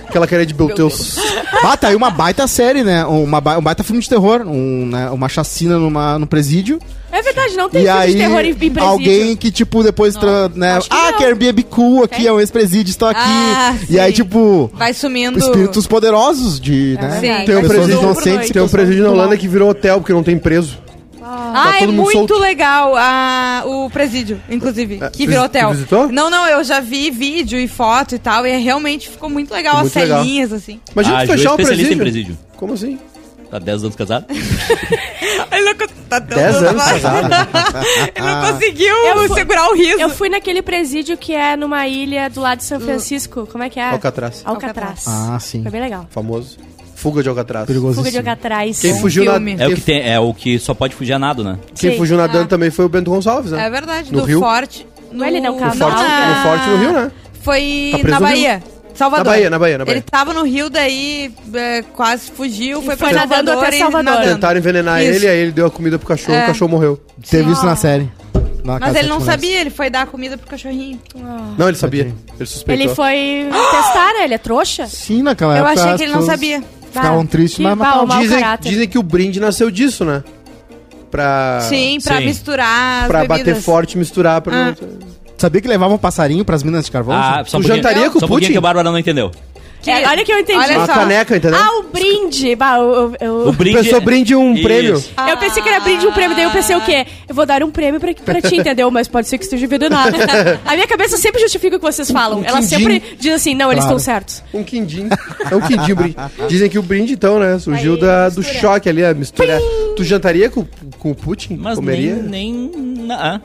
S2: Aquela cara de Belteus.
S4: Ah, tá aí uma baita série, né? Uma, ba- um baita filme de terror, um, né, uma chacina numa, no presídio.
S10: É verdade, não tem
S4: e
S10: filme
S4: aí,
S10: de terror em, em presídio.
S4: alguém que, tipo, depois. tra- né,
S10: acho que
S4: ah,
S10: não.
S4: quer be cool aqui, é um ex-presídio, estou aqui.
S6: Ah,
S4: e aí, tipo.
S6: Vai sumindo.
S4: Espíritos poderosos de. né,
S6: verdade.
S2: Tem um
S4: pessoas
S2: presídio,
S4: inocentes que
S2: tem um
S4: estão
S2: presídio na
S4: sendo
S2: Holanda que virou hotel porque não tem preso.
S6: Ah,
S2: Tá
S6: é
S2: todo mundo
S6: muito
S2: solto.
S6: legal ah, o presídio, inclusive, que
S2: tu
S6: virou
S2: visi-
S6: hotel.
S2: tu visitou?
S6: Não, não, eu já vi vídeo e foto e tal, e é realmente ficou muito legal
S2: Ficou
S6: as
S2: É muito legal.
S6: telinhas, assim.
S2: Imagina
S9: Ah,
S2: tu
S9: Ju é
S2: fechar o presídio.
S9: especialista em presídio.
S2: Como assim?
S9: Tá 10 anos casado?
S6: Ele não, co- tá
S2: Dez
S6: dando-
S2: anos casado.
S6: Ele não conseguiu segurar o riso.
S10: Eu fui naquele presídio que é numa ilha do lado de São Francisco. Como é que é?
S2: Hum. Alcatraz.
S10: Alcatraz.
S4: é
S2: Ah, sim.
S10: Foi bem legal.
S2: Famoso. Fuga de Alcatraz.
S10: Fuga de Alcatraz.
S2: Quem fugiu na-
S9: É o, que tem, é o que só pode fugir a nada, né?
S2: Quem
S10: Sim.
S2: fugiu nadando
S6: Ah.
S2: também foi o Bento Gonçalves, né?
S6: É verdade,
S2: No
S6: do
S2: Rio.
S6: Forte. No...
S10: ele não
S2: No
S10: casou.
S2: forte, no forte no Rio, né?
S6: Foi
S2: Tá
S6: na
S2: preso no Rio.
S6: Bahia. Salvador.
S2: Na Bahia, na Bahia, na Bahia.
S6: Ele tava no Rio, daí é, quase fugiu, foi pra
S10: foi nadando
S6: Salvador
S10: até
S6: e
S10: Salvador.
S6: nadando.
S2: Tentaram envenenar
S6: Isso.
S2: ele, aí ele deu a comida pro cachorro,
S6: É.
S2: o cachorro morreu.
S4: Teve isso na série. na
S6: Mas
S4: Casa
S6: ele não
S4: Sete Mulheres.
S6: sabia, ele foi dar comida pro cachorrinho.
S2: Não, ele sabia. Ele suspeitou.
S10: Ele foi testar, né? Ele é trouxa.
S4: Sim, naquela
S6: Eu
S4: época.
S6: achei
S4: as
S6: que ele não
S4: pessoas
S6: sabia.
S4: Ficavam
S10: Ah,
S4: tristes,
S10: que
S4: mas
S10: pau,
S4: matavam.
S10: mau
S2: dizem,
S10: caráter.
S2: dizem que o brinde nasceu disso, né? Pra.
S6: Sim, pra
S4: Sim.
S6: misturar as
S2: pra
S6: bebidas.
S2: bater forte e misturar. Pra
S6: Ah.
S2: não...
S4: Sabia que levavam passarinho pras minas de carvão?
S9: Ah,
S4: assim?
S9: só um pouquinho-
S2: jantaria com o
S9: Só um pouquinho
S2: Putin?
S9: que a Bárbara não entendeu.
S6: Que-
S10: É, olha que eu entendi.
S6: Olha
S2: Uma
S6: só.
S2: caneca, entendeu?
S10: Ah, o brinde. Bah, eu, eu-
S9: O brinde...
S2: A pessoa brinde um
S9: Isso.
S2: prêmio.
S10: eu pensei que era brinde um prêmio, daí eu pensei o quê? Eu vou dar um prêmio pra, pra ti, entendeu? Mas pode ser que esteja vindo nada. A minha cabeça sempre justifica o que vocês falam. Ela
S2: quindim.
S10: sempre diz assim, não, eles
S2: Claro.
S10: estão certos.
S2: Um quindim. É um quindim brinde. Dizem que o brinde, então, né? Surgiu da, do choque ali, a mistura. Tu jantaria com, com o Putin?
S9: Mas
S2: Comeria?
S9: nem... nem ah.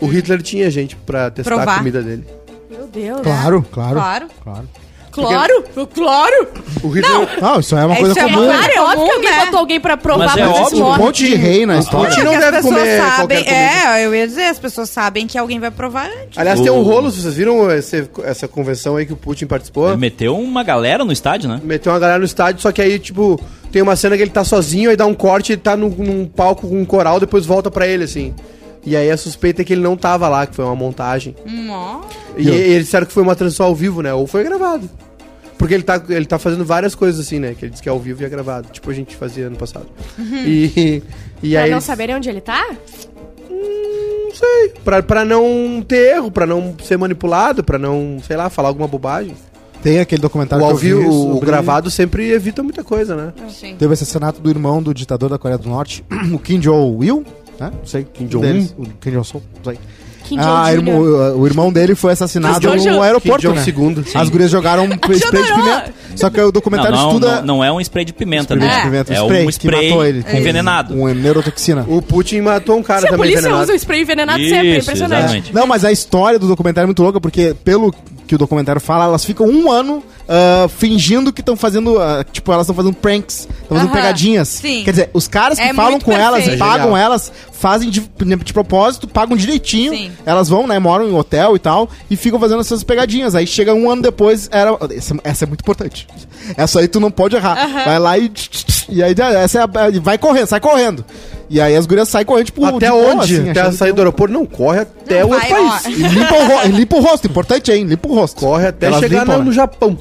S2: O Hitler tinha gente pra testar
S6: Provar.
S2: a comida dele.
S10: Meu Deus.
S4: Claro, claro.
S6: Claro.
S4: Claro.
S10: Claro? Eu- Claro?
S2: O Hitler.
S4: Não, isso é uma
S6: É,
S4: coisa
S6: isso é
S10: É
S4: comum.
S10: claro, é óbvio
S6: comum,
S10: que alguém
S6: né?
S10: botou alguém pra provar
S9: Mas é
S10: pra ver se
S9: óbvio,
S4: Um
S10: morre.
S4: monte de rei na história.
S2: Putin não
S6: Porque
S2: deve
S6: as pessoas
S2: comer
S6: sabem.
S2: qualquer comida.
S6: É, eu ia dizer, as pessoas sabem que alguém vai provar antes.
S2: Aliás, tem um
S9: O-
S2: rolo, vocês viram esse- essa convenção aí que o Putin participou?
S9: Ele meteu uma galera no estádio, né?
S2: Meteu uma galera no estádio, só que aí, tipo, tem uma cena que ele tá sozinho, aí dá um corte, ele tá num, num palco com um coral, depois volta pra ele, assim. E aí a suspeita é que ele não tava lá, que foi uma montagem.
S6: Hum, ó.
S2: E, e eles disseram que foi uma transmissão ao vivo, né? Ou foi gravado. Porque ele tá, ele tá fazendo várias coisas assim, né? Que ele disse que é ao vivo e é gravado. Tipo a gente fazia ano passado. E, e
S10: Uhum. Pra
S2: aí.
S10: não
S2: eles-
S10: saberem onde ele tá?
S2: Não sei. Pra, pra não ter erro, pra não ser manipulado, pra não, sei lá, falar alguma bobagem.
S4: Tem aquele documentário
S2: o ao
S4: que eu
S2: vivo,
S4: vi
S2: o
S4: sobre-
S2: gravado sempre evita muita coisa, né?
S6: Sim.
S4: Teve o assassinato do irmão do ditador da Coreia do Norte, o Kim Jong-il, né? Não sei, Kim
S2: Jong-un?
S4: Deles, O Kim Jong-sul, não sei.
S10: Kim
S4: Ah,
S10: Jong-un.
S4: irmão- o irmão dele foi assassinado
S9: Kim Jong-
S4: no aeroporto,
S9: Kim Jong
S4: né?
S9: segundo.
S4: As
S9: Sim.
S4: gurias jogaram um spray de
S10: Chororó.
S4: pimenta. Só que o
S9: Não,
S4: documentário
S9: não,
S4: estuda...
S9: não, não é um spray de pimenta,
S4: Spray
S9: né?
S4: de pimenta,
S9: é
S4: um spray
S9: um
S4: que
S9: spray
S4: matou ele com-
S2: É.
S9: envenenado.
S4: Um neurotoxina.
S2: O Putin matou um cara
S10: Se a é polícia usa o spray envenenado sempre, é impressionante.
S4: Não, mas a história do documentário é muito louca, porque pelo que o documentário fala, elas ficam um ano ah, fingindo que estão fazendo, ah, tipo, elas estão fazendo pranks, estão fazendo
S12: Aham,
S4: pegadinhas.
S12: sim.
S4: Quer dizer, os caras que
S12: É
S4: falam
S12: muito
S4: com elas,
S12: perfeito. É
S4: pagam
S12: genial.
S4: elas, fazem de, de propósito, pagam direitinho,
S12: Sim.
S4: elas vão, né, moram em hotel e tal, e ficam fazendo essas pegadinhas. Aí chega um ano depois, era, essa, essa é muito importante. Essa aí tu não pode errar.
S12: Aham.
S4: Vai lá e... E aí essa é a- vai correndo, sai correndo. E aí as gurias saem correndo, tipo,
S2: Até
S4: de boa,
S2: onde?
S4: assim,
S2: Até
S4: achando
S2: sair do aeroporto? Não, corre até
S4: Não,
S2: o outro
S4: vai, ó.
S2: país.
S4: E limpa o ro- e limpa o rosto, importante, hein? Limpa o rosto.
S2: Corre até
S4: Elas
S2: chegar
S4: limpam,
S2: no,
S4: né?
S2: no Japão.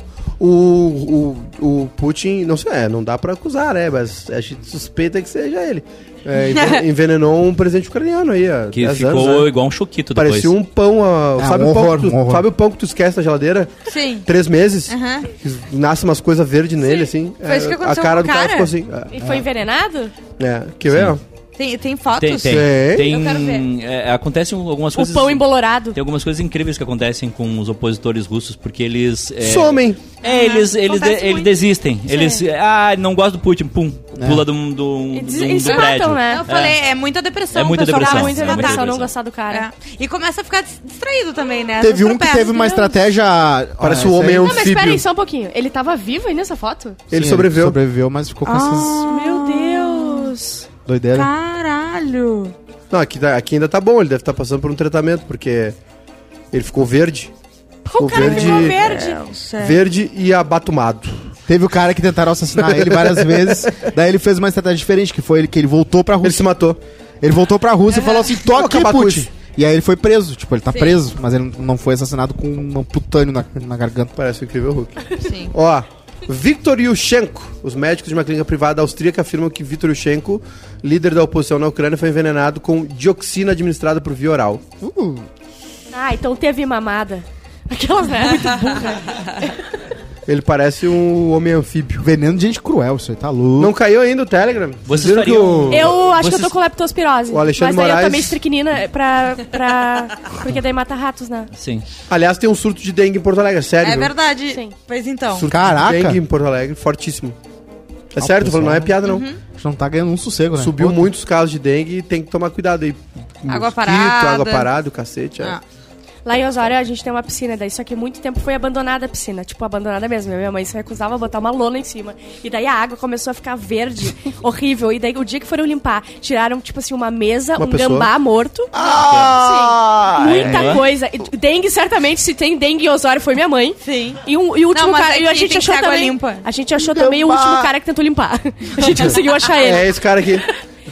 S2: O, o, o Putin, não sei, é, não dá pra acusar, né? Mas a gente suspeita que seja ele. É, enven- envenenou um presidente ucraniano aí, ó.
S9: Que
S2: 10
S9: ficou
S2: anos, né?
S9: igual um choquito depois.
S2: Parecia um pão, ó,
S4: Ah,
S9: É,
S2: sabe,
S9: um
S2: o pão
S9: horror,
S2: que tu,
S9: um horror.
S2: sabe o pão que tu esquece na geladeira?
S6: Sim.
S2: Três meses?
S10: Aham.
S2: Que Nasce umas coisas verdes nele, assim.
S6: Foi isso que
S2: a
S6: aconteceu
S2: cara do
S6: com o
S2: cara,
S6: cara.
S2: ficou assim.
S10: E foi envenenado?
S2: É, é. quer ver? ó?
S6: Tem, tem fotos?
S9: Tem, tem. tem
S10: Eu quero ver.
S9: é, acontecem algumas coisas.
S10: O pão embolorado.
S9: Tem algumas coisas incríveis que acontecem com os opositores russos, porque eles. é,
S2: Somem.
S9: É, eles, eles, de-
S10: Acontece
S9: eles
S10: muito.
S9: desistem. Eles. Ah, não gosto do Putin, pum.
S2: É.
S9: Pula do, do,
S10: Eles-
S9: do,
S10: eles
S9: do
S10: matam,
S9: um prédio.
S10: né?
S6: Eu falei, é, muita depressão.
S9: É muita
S6: o pessoal
S9: depressão,
S6: dá
S9: é muita depressão.
S6: não
S10: gostar do cara.
S6: E começa a ficar dis- distraído também, né?
S4: Teve
S6: Às
S4: um que
S6: tropeça,
S4: teve uma
S6: entendeu?
S4: estratégia. Ah,
S2: Parece o homem
S10: Não, mas peraí, só um pouquinho. Ele tava vivo aí nessa foto?
S4: Ele sobreviveu. sobreviveu, mas ficou com
S6: Ah.
S4: essas
S10: Meu Deus.
S4: doideiras.
S6: Caralho.
S2: Não, aqui, tá- aqui ainda tá bom, ele deve estar passando por um tratamento, porque ele ficou verde.
S10: O cara ficou verde.
S6: É,
S2: Verde e abatumado.
S4: Teve o cara que tentaram assassinar ele várias vezes. Daí ele fez uma estratégia diferente, que foi ele que ele voltou pra Rússia. Ele se
S2: matou.
S4: Ele voltou pra Rússia e falou assim:
S2: Vou
S4: toca aqui,
S2: acabar com
S4: Putin.
S2: isso.
S4: E aí ele foi preso, tipo, ele tá
S2: Sim.
S4: preso, mas ele não foi assassinado com um putânio na, na garganta.
S2: Parece o incrível Hulk. Ó, Viktor Yushchenko. Os médicos de uma clínica privada austríaca afirmam que Viktor Yushchenko, líder da oposição na Ucrânia, foi envenenado com dioxina administrada por via oral.
S10: Ah, então teve mamada. Aquelas, né? Muito burra.
S2: Ele parece um homem anfíbio.
S4: Veneno de gente cruel, isso aí tá louco.
S2: Não caiu ainda o Telegram?
S9: Vocês
S2: Viram que o-
S10: Eu acho que eu tô com leptospirose.
S2: O
S10: mas
S2: Alexandre
S10: daí
S2: Moraes-
S10: eu tomei estricnina pra, pra. Porque daí mata ratos, né?
S9: Sim.
S2: Aliás, tem um surto de dengue em Porto Alegre, sério.
S6: É
S2: viu?
S6: verdade. Pois então.
S2: Surto de dengue em Porto Alegre, fortíssimo. É
S4: Ah,
S2: sério, tô falando, não é
S4: pessoal.
S2: piada não.
S4: Uhum. A gente não tá ganhando um sossego, né?
S2: Subiu
S4: Pô,
S2: muitos casos de dengue e tem que tomar cuidado aí.
S10: Água parada.
S2: Água parada, o cacete. é.
S10: Ah. Lá em Osório a gente tem uma piscina, daí só que muito tempo foi abandonada a piscina, tipo abandonada mesmo. Minha mãe se recusava a botar uma lona em cima. E daí a água começou a ficar verde, horrível. E daí o dia que foram limpar, tiraram tipo assim uma mesa,
S2: Uma
S10: um
S2: pessoa?
S10: gambá morto.
S4: Ah!
S10: Sim. Muita
S2: É.
S10: coisa. E dengue certamente se tem dengue em Osório foi minha mãe. Sim. E, um, e o último
S6: Não, mas
S10: cara, e
S6: aqui
S10: a
S6: tem
S10: gente
S6: que
S10: achou
S6: ter água
S10: também.
S6: limpa.
S10: A gente achou também o
S6: Gambá.
S10: último cara que tentou limpar. A gente conseguiu achar ele.
S2: É esse cara aqui.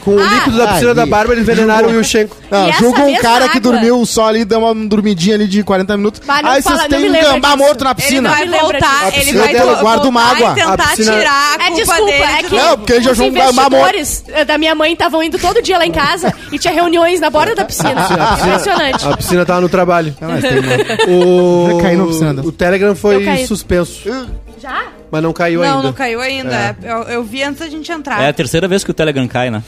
S2: Com o
S10: Ah!
S2: líquido da piscina
S4: Aí.
S2: da barba, eles envenenaram o Yushchenko.
S4: Não,
S10: E essa
S4: julga um
S10: mesma
S4: cara que
S10: água-
S4: dormiu só ali, deu uma dormidinha ali de 40 minutos.
S6: Bah, não
S4: Aí
S6: fala,
S4: vocês
S6: não
S4: têm
S6: me
S4: um
S6: lembra
S4: gambá
S6: disso.
S4: morto na
S6: Ele
S4: piscina.
S10: é-
S6: não vai Me lembra voltar, disso.
S4: A
S6: ele
S4: piscina
S6: vai
S4: dela,
S6: voltar
S4: guarda uma
S10: Ah,
S6: e
S4: água.
S6: tentar tirar a
S10: É,
S6: culpa
S10: desculpa,
S6: dele
S10: é
S6: de
S10: que
S4: Não, porque ele já
S10: os
S4: jogou um gambá morto.
S10: investidores eh, da minha mãe estavam indo todo dia lá em casa e tinha reuniões na borda da piscina. Impressionante.
S2: A piscina tava no trabalho.
S4: Ah, mas tem
S2: o...
S4: Já caiu na piscina né? dela.
S2: o Telegram
S6: Eu
S2: foi
S6: caí.
S2: suspenso.
S10: Já?
S2: Mas não caiu
S6: não,
S2: ainda.
S6: não caiu ainda.
S2: É.
S6: É, Eu, eu vi antes da gente entrar.
S9: É a terceira vez que o Telegram cai, né?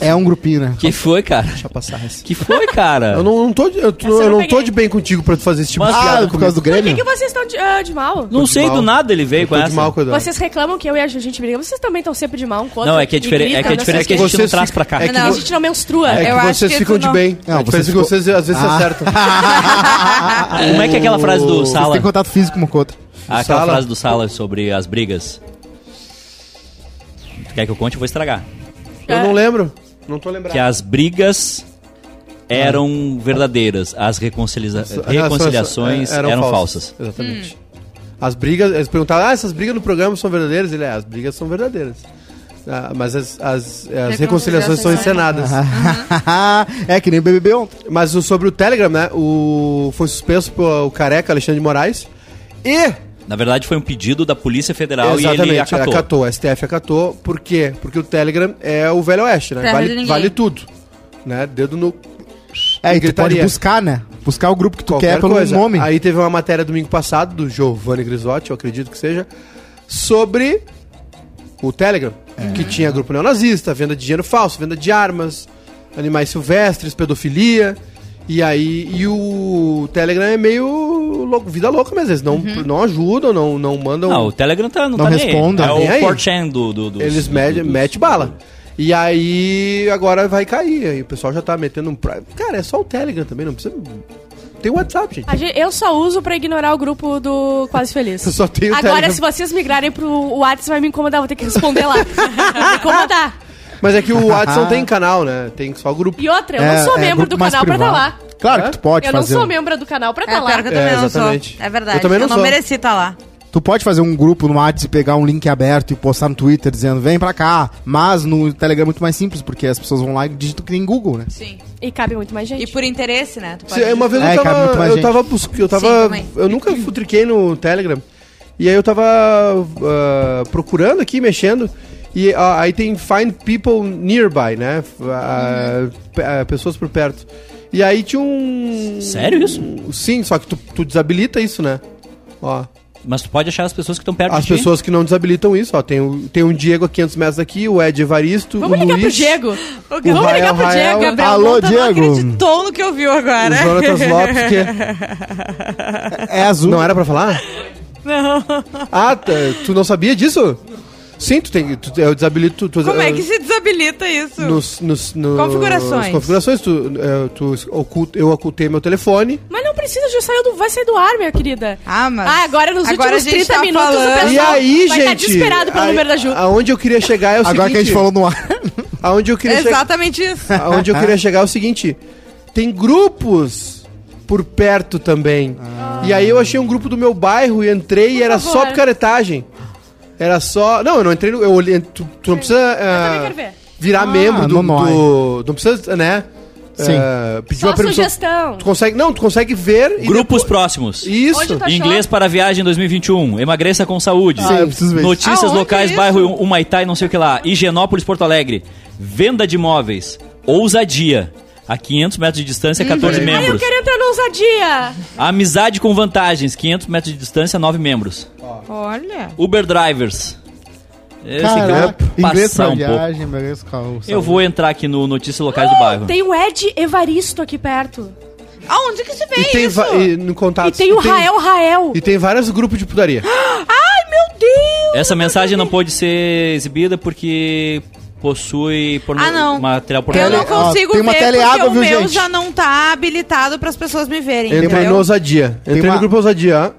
S4: É um grupinho, né?
S9: Que foi, cara? Deixa
S2: eu passar essa.
S9: Que foi, cara?
S2: Eu não, não tô, de- eu, tô- eu não tô de bem contigo pra tu fazer esse tipo
S9: Mas-
S2: de piada
S9: Ah, por
S2: comigo.
S9: causa do
S10: Por que, que vocês estão de, ah, de mal?
S9: Não sei,
S2: mal.
S9: do nada ele veio
S2: Eu
S9: com
S2: tô
S9: essa.
S2: de mal com o Eduardo.
S10: Vocês reclamam que eu e a Ju, gente briga. Vocês também estão sempre de mal um contra.
S9: Não, é que a
S10: me
S9: diferen- é que a
S10: não sei
S9: diferença é que a
S10: o quê.
S9: gente não Vocês traz pra cá.
S2: é que
S10: não, a
S2: vo-
S10: gente não menstrua.
S2: É que vocês ficam de bem.
S4: Não,
S2: a diferença é que
S4: vocês
S2: vocês às vezes se
S4: Ah.
S2: acertam.
S9: Como é que é aquela frase do
S4: Vocês
S9: Sala?
S4: têm contato físico uma com a outra.
S9: Aquela
S4: Sala?
S9: frase do Sala sobre as brigas. Tu quer que eu conte? Eu vou estragar.
S2: Eu não lembro. Não tô lembrado.
S9: Que as brigas eram verdadeiras, as reconcilia- reconciliações eram, falsas.
S2: Exatamente.
S6: Hum.
S2: As brigas, eles perguntaram, ah, essas brigas no programa são verdadeiras? Ele é, as brigas são verdadeiras. Ah, mas as, as, as reconciliações são encenadas.
S4: é que nem BBB ontem.
S2: Mas o- sobre o Telegram, né? O, foi suspenso pelo o careca Alexandre de Moraes. E
S9: Na verdade, foi um pedido da Polícia Federal e ele
S2: Exatamente,
S9: acatou.
S2: o STF acatou. Por quê? Porque o Telegram é o Velho Oeste, né?
S6: Terra de
S2: Vale,
S6: ninguém.
S2: vale tudo. Né? Dedo no.
S4: É, e tu pode
S2: gritaria.
S4: buscar, né? Buscar o grupo que tu
S2: Qualquer
S9: é um
S4: quer pelo
S2: coisa.
S4: nome.
S2: Aí teve uma matéria domingo passado, do Giovanni Grisotti, eu acredito que seja, sobre
S9: É.
S2: o Telegram, que tinha grupo neonazista, venda de dinheiro falso, venda de armas, animais silvestres, pedofilia. E aí, e o Telegram é meio louco, vida louca, mas eles não, não ajudam, não, não mandam.
S9: Não, o Telegram tá, não,
S2: não
S9: tá
S2: responda,
S9: nem aí.
S2: nem
S9: É
S2: aí.
S9: o 4chan do, do, dos-
S2: Eles
S9: do-
S2: metem
S9: dos-
S2: mete bala. E aí agora vai cair. Aí o pessoal já tá metendo um. pri- Cara, é só o Telegram também, não precisa. Tem o WhatsApp, gente.
S10: A gen- Eu só uso pra ignorar o grupo do Quase Feliz.
S2: Eu só tenho o
S10: Agora,
S2: Telegram.
S10: se vocês migrarem pro WhatsApp, vai me incomodar, vou ter que responder lá. vai me incomodar.
S2: Mas é que o WhatsApp não tem canal, né? Tem só grupo.
S10: E outra, eu
S2: É,
S4: É,
S10: não sou membro do canal pra tá lá.
S2: Claro
S4: que tu pode
S10: eu
S4: fazer
S10: não
S4: um-
S10: sou membro do canal pra
S6: É,
S10: tá lá.
S6: pior que eu também
S2: É,
S6: não sou.
S2: exatamente.
S6: É verdade.
S2: Eu também não sou.
S6: mereci estar lá.
S4: Tu pode fazer um grupo no WhatsApp e pegar um link aberto e postar no Twitter dizendo vem pra cá. Mas no Telegram é muito mais simples, porque as pessoas vão lá e digitam que nem Google, né?
S6: Sim.
S10: E cabe muito mais gente.
S6: E por interesse, né? Tu
S2: Se- é, uma vez
S4: É,
S2: eu
S4: cabe muito
S2: tava.
S4: mais
S2: Eu
S4: gente.
S2: tava, busc- eu
S6: Sim,
S2: tava
S6: também.
S2: eu nunca futriquei no Telegram. E aí eu tava ah, procurando aqui, mexendo. E ah, aí tem Find People Nearby, né? Ah, pe- ah, pessoas por perto. E aí tinha um.
S9: Sério isso?
S2: Sim, só que tu, tu desabilita isso, né? Ó.
S9: Mas tu pode achar as pessoas que estão perto
S2: As
S9: de ti.
S2: pessoas que não desabilitam isso, ó. Tem o, tem o Diego a 500 metros aqui, o Ed Evaristo.
S10: Vamos
S2: o
S10: ligar pro
S2: Luiz,
S10: Diego. Vamos
S2: Rael
S10: ligar pro
S2: Rael.
S10: Diego, Gabriel.
S4: Alô,
S10: Monta-
S4: Diego.
S6: Acreditou no que eu viu
S2: O
S6: agora.
S2: Jonatas Lopes, que
S4: É azul.
S2: não era pra falar?
S6: Não.
S2: Ah, tá, tu não sabia disso? Sim, tu tem. Tu, eu desabilito. Tu,
S6: Como é
S2: eh,
S6: que se desabilita isso?
S2: Nos, nos, no-
S6: Configurações.
S2: nas configurações, tu, eh, tu oculta, eu ocultei meu telefone.
S10: Mas não precisa, já saiu do, vai sair do ar, minha querida.
S6: Ah, mas.
S10: Ah, agora nos
S6: Agora a
S10: últimos
S6: gente
S10: 30
S6: tá
S10: minutos
S6: falando.
S10: o pessoal
S2: E aí,
S10: vai
S2: gente.
S10: estar desesperado pelo
S2: aí-
S10: número da Ju.
S2: Aonde eu queria chegar é o
S4: Agora
S2: seguinte.
S4: que a gente falou no ar.
S2: Aonde eu queria chegar.
S6: Exatamente isso.
S2: Aonde
S4: Ah.
S2: eu queria chegar é o seguinte: tem grupos por perto também. E aí eu achei um grupo do meu bairro e entrei e era só
S10: favor.
S2: picaretagem. Era só. Não, eu não entrei no. Eu olhei, tu, tu não precisa.
S10: também
S2: ah,
S10: quero ver.
S2: Virar
S4: Ah,
S2: membro do,
S4: não nós.
S2: do- Não precisa, né?
S4: Sim.
S2: ah, pedir
S10: Só
S2: uma permissão.
S10: sugestão.
S2: Tu consegue. Não, tu consegue ver e
S9: Grupos
S2: depois-
S9: próximos.
S10: Onde
S2: é Isso.
S10: tu achou?
S9: Inglês para viagem 2021. Emagreça com saúde.
S4: Ah, eu preciso ver isso.
S9: Notícias
S6: Aonde
S9: locais,
S6: isso?
S9: bairro Humaitá e não sei o que lá. Higienópolis, Porto Alegre. Venda de imóveis. Ousadia. A 500 metros de distância, 14
S10: Ai, eu
S9: membros.
S10: quero entrar no ousadia.
S9: Amizade com vantagens. 500 metros de distância, 9 membros.
S6: Olha.
S9: Uber Drivers.
S2: É
S9: Esse
S4: Caraca,
S9: aqui eu vou
S4: inglês
S9: passar
S4: pra
S9: um pouco.
S4: viagem, inglês com
S9: Eu vou entrar aqui no Notícias Locais do Bairro.
S10: Tem o Ed Evaristo aqui perto.
S6: Aonde que se vê
S2: E tem
S6: isso?
S2: va- e no contato.
S10: E tem o Rael Rael.
S2: E tem vários grupos de putaria.
S6: Ai, meu Deus!
S9: Essa mensagem não pode ser exibida porque possui porno-
S6: Ah, não.
S9: material
S2: É,
S6: Eu não
S9: pornográfico.
S4: Ó,
S6: consigo
S4: tem uma
S6: ver
S4: teleaba,
S6: porque o
S4: viu,
S6: meu
S4: gente?
S6: já não tá habilitado pras pessoas me verem,
S2: Entrei
S6: entendeu?
S2: no ousadia. Entrei
S4: uma-
S2: no grupo ousadia.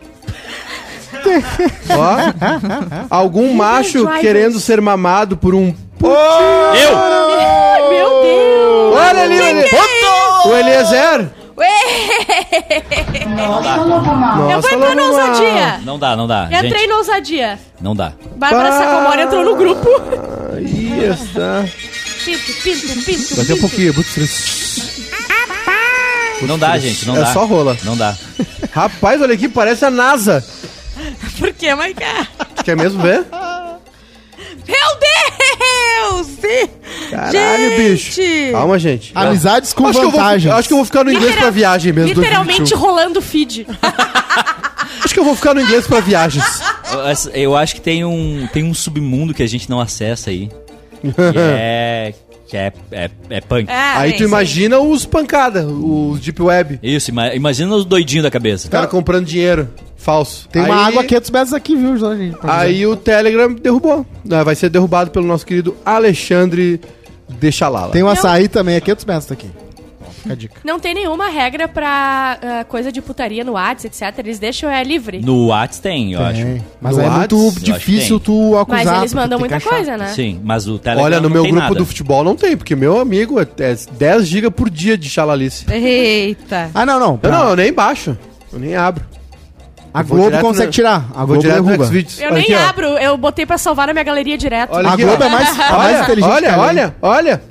S2: ó. ó. Algum macho
S10: drivers.
S2: querendo ser mamado por um.
S9: Eu!
S10: Ai, meu Deus.
S2: Olha ali, olha ali. O Eliezer.
S10: eu
S2: Nossa,
S10: vou entrar no
S2: Lorena.
S10: ousadia.
S9: Não dá, não dá.
S10: Entrei
S9: Gente,
S10: no ousadia.
S9: não dá.
S10: Bárbara Sacomori entrou no grupo.
S2: Aí está.
S10: Pinto, pinto, pinto.
S2: Vai ter um
S10: pinto.
S2: pouquinho, muito triste.
S9: Não dá, gente, não
S2: É
S9: dá.
S2: só rola.
S9: Não dá.
S2: Rapaz, olha aqui, parece a NASA.
S6: Por que, Maiká?
S2: Tu Quer mesmo ver?
S6: Meu Deus! Sim.
S2: Caralho,
S6: Gente!
S2: bicho. Calma, gente.
S4: Amizades Ah, com
S2: Acho que, eu vou,
S4: vantagens.
S2: acho que eu vou ficar no inglês pra
S10: Literal-
S2: viagem mesmo.
S10: Literalmente
S2: 2021.
S10: rolando feed.
S2: Acho que eu vou ficar no inglês pra viagens.
S9: Eu acho que tem um, tem um submundo que a gente não acessa aí. Que é. Que é, é, é punk.
S6: É,
S10: Ah,
S2: Aí
S6: bem,
S2: tu
S6: sim.
S2: imagina os pancada, os deep web.
S9: Isso, ima- imagina os doidinhos da cabeça.
S2: O cara comprando dinheiro falso.
S4: Tem uma
S2: Aí-
S4: água 500 metros aqui, viu, Jorge?
S2: Aí o Telegram derrubou. Ah, Vai ser derrubado pelo nosso querido Alexandre Deixalala.
S4: Tem um açaí também, é 500 metros daqui. Fica a dica.
S10: Não tem nenhuma regra pra ah, coisa de putaria no Whats, etc. Eles deixam é livre.
S9: No Whats tem, eu acho.
S4: Tem. Mas
S2: No
S4: aí é
S2: Whats? Eu
S4: muito
S2: acho
S9: que
S4: difícil tu acusar.
S10: Mas eles
S4: porque tem
S10: mandam
S4: que
S10: muita
S4: achar.
S10: coisa, né?
S9: Sim, mas o Telegram.
S2: Olha,
S9: não
S2: no meu
S9: tem
S2: grupo
S9: nada.
S2: do futebol não tem, porque meu amigo é é 10 GB por dia de xalalice.
S6: Eita.
S4: Ah, não, não.
S2: Eu
S4: pra-
S2: não, eu nem baixo. Eu nem abro.
S4: A
S2: Eu vou
S4: Globo
S2: direto
S4: consegue
S2: na-
S4: tirar. A
S2: Vou
S4: Globo
S2: direto no
S4: derruba.
S2: Xvideos.
S10: Eu
S2: Olha
S10: nem
S2: aqui, ó.
S10: abro, eu botei pra salvar na minha galeria direto.
S2: Olha
S4: A
S2: aqui,
S4: Globo
S2: ó.
S4: é mais, a mais
S2: Olha,
S4: inteligente. que
S2: olha,
S4: a Globo.
S2: olha, olha,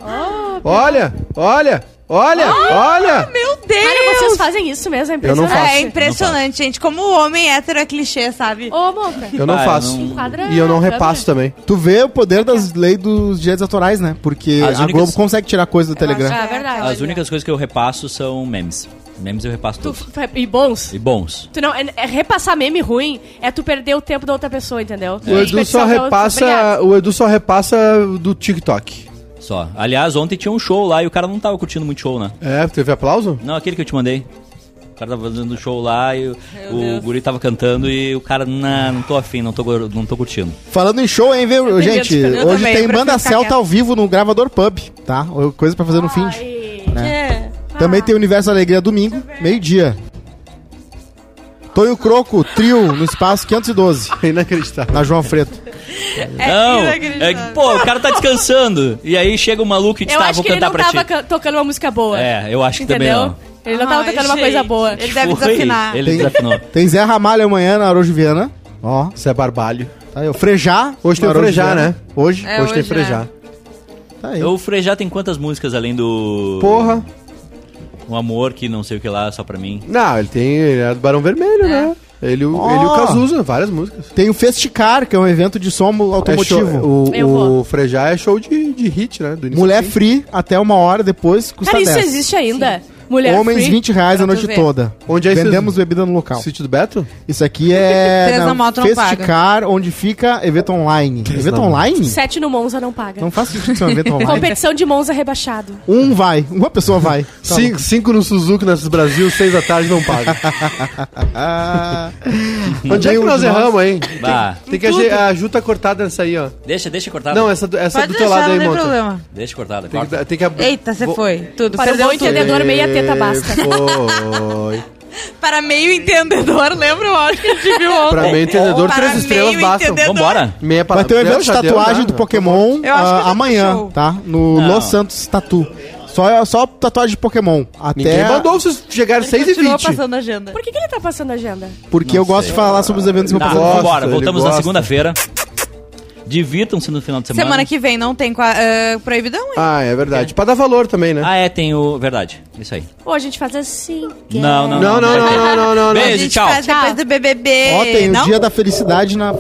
S2: olha, olha, olha, olha.
S6: Meu
S10: Cara,
S6: Deus!
S10: vocês fazem isso mesmo, é
S2: Eu não
S10: impressionante.
S2: faço.
S6: É impressionante, gente. Como o homem hétero é clichê, sabe?
S10: Ô, Monta.
S2: Eu não
S9: Ah, eu
S2: faço.
S9: não-
S10: Enquadra
S2: E eu não
S10: a câmera.
S2: repasso também.
S4: Tu vê o poder das leis dos direitos autorais, né? Porque
S9: As
S4: a
S9: únicas-
S4: Globo consegue tirar coisa do Telegram.
S2: né?
S10: É verdade.
S9: As únicas coisas que eu repasso são memes. Memes eu repasso
S10: Tu,
S9: todos.
S10: e bons.
S9: E bons.
S10: Tu não, é- é repassar meme ruim é tu perder o tempo da outra pessoa, entendeu?
S2: O Edu
S10: Desperdiçar
S2: só
S10: o tempo da outra pessoa. Obrigada.
S2: repassa, o Edu só repassa do TikTok.
S9: Só. Aliás, ontem tinha um show lá e o cara não tava curtindo muito show, né?
S2: É, teve aplauso?
S9: Não, aquele que eu te mandei. O cara tava fazendo um show lá e o, o guri tava cantando e o cara, não, não tô afim, não tô, go- não tô curtindo.
S4: Falando em show, hein, viu,
S9: tenho
S4: gente?
S9: medo
S4: Hoje
S9: de perder também,
S4: tem
S9: eu prefiro
S4: banda
S9: ficar
S4: Celta
S9: quieta.
S4: ao vivo no Gravador Pub, tá? Coisa pra fazer no fim.
S10: É.
S4: Também tem Universo Alegria domingo, meio-dia. Tonho Croco, trio, no espaço 512.
S2: Inacreditável.
S4: Na João Alfredo.
S9: não, é, que, pô, o cara tá descansando. E aí chega o maluco e diz,
S10: Eu
S9: tá,
S10: acho
S9: vou
S10: que ele
S9: cantar
S10: não
S9: pra
S10: tava
S9: ti.
S10: can- tocando uma música boa.
S9: É, eu acho que também
S10: Entendeu?
S9: não.
S10: Ele não tava
S6: Ai,
S10: tocando uma
S6: gente,
S10: coisa boa.
S6: ele deve
S9: Foi,
S6: desafinar.
S9: Ele desafinou.
S4: Tem Zé Ramalho amanhã na Araújo Viana. Ó.
S2: Isso é barbalho.
S4: Tá aí, o Frejá.
S2: Hoje tem
S4: na
S2: o
S4: Araújo
S2: Frejá,
S4: Viana.
S2: né?
S4: Hoje. tá
S2: É, Hoje tem hoje, Frejá.
S9: O Frejá tem quantas músicas além do...
S2: Porra.
S9: Um amor que não sei o que lá, só pra mim.
S2: Não, ele tem. Ele é do Barão Vermelho, né? Ele, o-
S4: Ó.
S2: ele e o Cazuza, várias músicas.
S4: Tem o Festicar, que é um evento de som automotivo. É,
S2: É show- o, o Frejá é show de, de hit, né? Do início
S4: Mulher
S2: ao fim.
S4: free até uma hora depois custa
S10: Cara, isso
S4: 10.
S10: existe ainda? Mulher
S4: Homens
S10: free?
S4: 20 reais a
S10: Pra tu
S4: noite
S10: ver.
S4: toda.
S2: Onde é isso?
S4: Vendemos bebida no local.
S2: Sítio do Beto?
S4: Isso aqui é
S10: Três na moto não
S4: Festicar, onde fica evento online. evento
S2: na moto.
S4: online?
S10: Sete no Monza não paga.
S4: Não faz sentido ser um evento online.
S10: Competição de Monza rebaixado.
S4: um vai, uma pessoa vai.
S2: Cinco, cinco no Suzuki, nessas Brasil, seis da tarde não paga. Onde é que
S4: Meu
S2: nós
S4: Deus.
S2: erramos, hein?
S9: Bah.
S2: Tem que a, gente- a Ju tá cortada nessa aí, ó.
S9: Deixa, deixa cortar.
S2: Não, essa, do- essa
S6: Pode
S2: do teu
S6: deixar,
S2: lado
S6: não
S2: aí,
S6: tem
S2: Monta.
S6: problema.
S9: Deixa cortada,
S2: Tem
S9: corta.
S2: que, tem que abrir.
S6: Eita, você foi. Tudo.
S10: Para o
S6: perdeu
S10: bom
S6: tudo.
S10: entendedor. Dor meia
S2: É.
S10: teta basta.
S2: Foi.
S6: Para meio entendedor, lembra? Eu acho que a gente viu ontem.
S2: Pra meio entendedor,
S6: Para
S2: três
S6: meio
S2: estrelas bastam.
S6: entendedor.
S9: Vambora.
S2: Meia para
S4: Vai ter um evento
S2: Não,
S4: de
S2: já deu,
S4: tatuagem
S2: já,
S4: do
S2: né?
S4: Pokémon
S6: Eu acho que
S4: ah,
S6: eu já
S4: amanhã,
S6: fechou.
S4: tá? No
S9: Não.
S4: Los Santos Tatu. Só, só tatuagem de Pokémon. Até
S2: Ninguém mandou vocês chegarem
S6: Ele
S2: seis e
S6: continuou
S2: vinte.
S6: passando a agenda.
S10: Por que, que ele tá passando a agenda?
S4: Porque
S9: Não
S4: eu gosto
S9: sei.
S4: de falar sobre os eventos que eu
S9: Tá,
S4: passei.
S2: gosta,
S9: vambora.
S2: ele
S9: Voltamos na
S2: gosta.
S9: segunda-feira. Divirtam-se no final de semana.
S6: Semana que vem não tem qua- ah, proibidão, hein?
S2: Ah, é verdade. Pra dar valor também, né?
S9: Ah, é, tem o... Verdade. Isso aí.
S10: Ou a gente faz assim. que
S9: Não, não,
S2: Não, não, não, não, não, não. não.
S9: Beijo,
S6: a gente
S9: tchau.
S6: faz depois do BBB.
S4: Ó, tem o
S6: É, não?
S4: dia da felicidade na...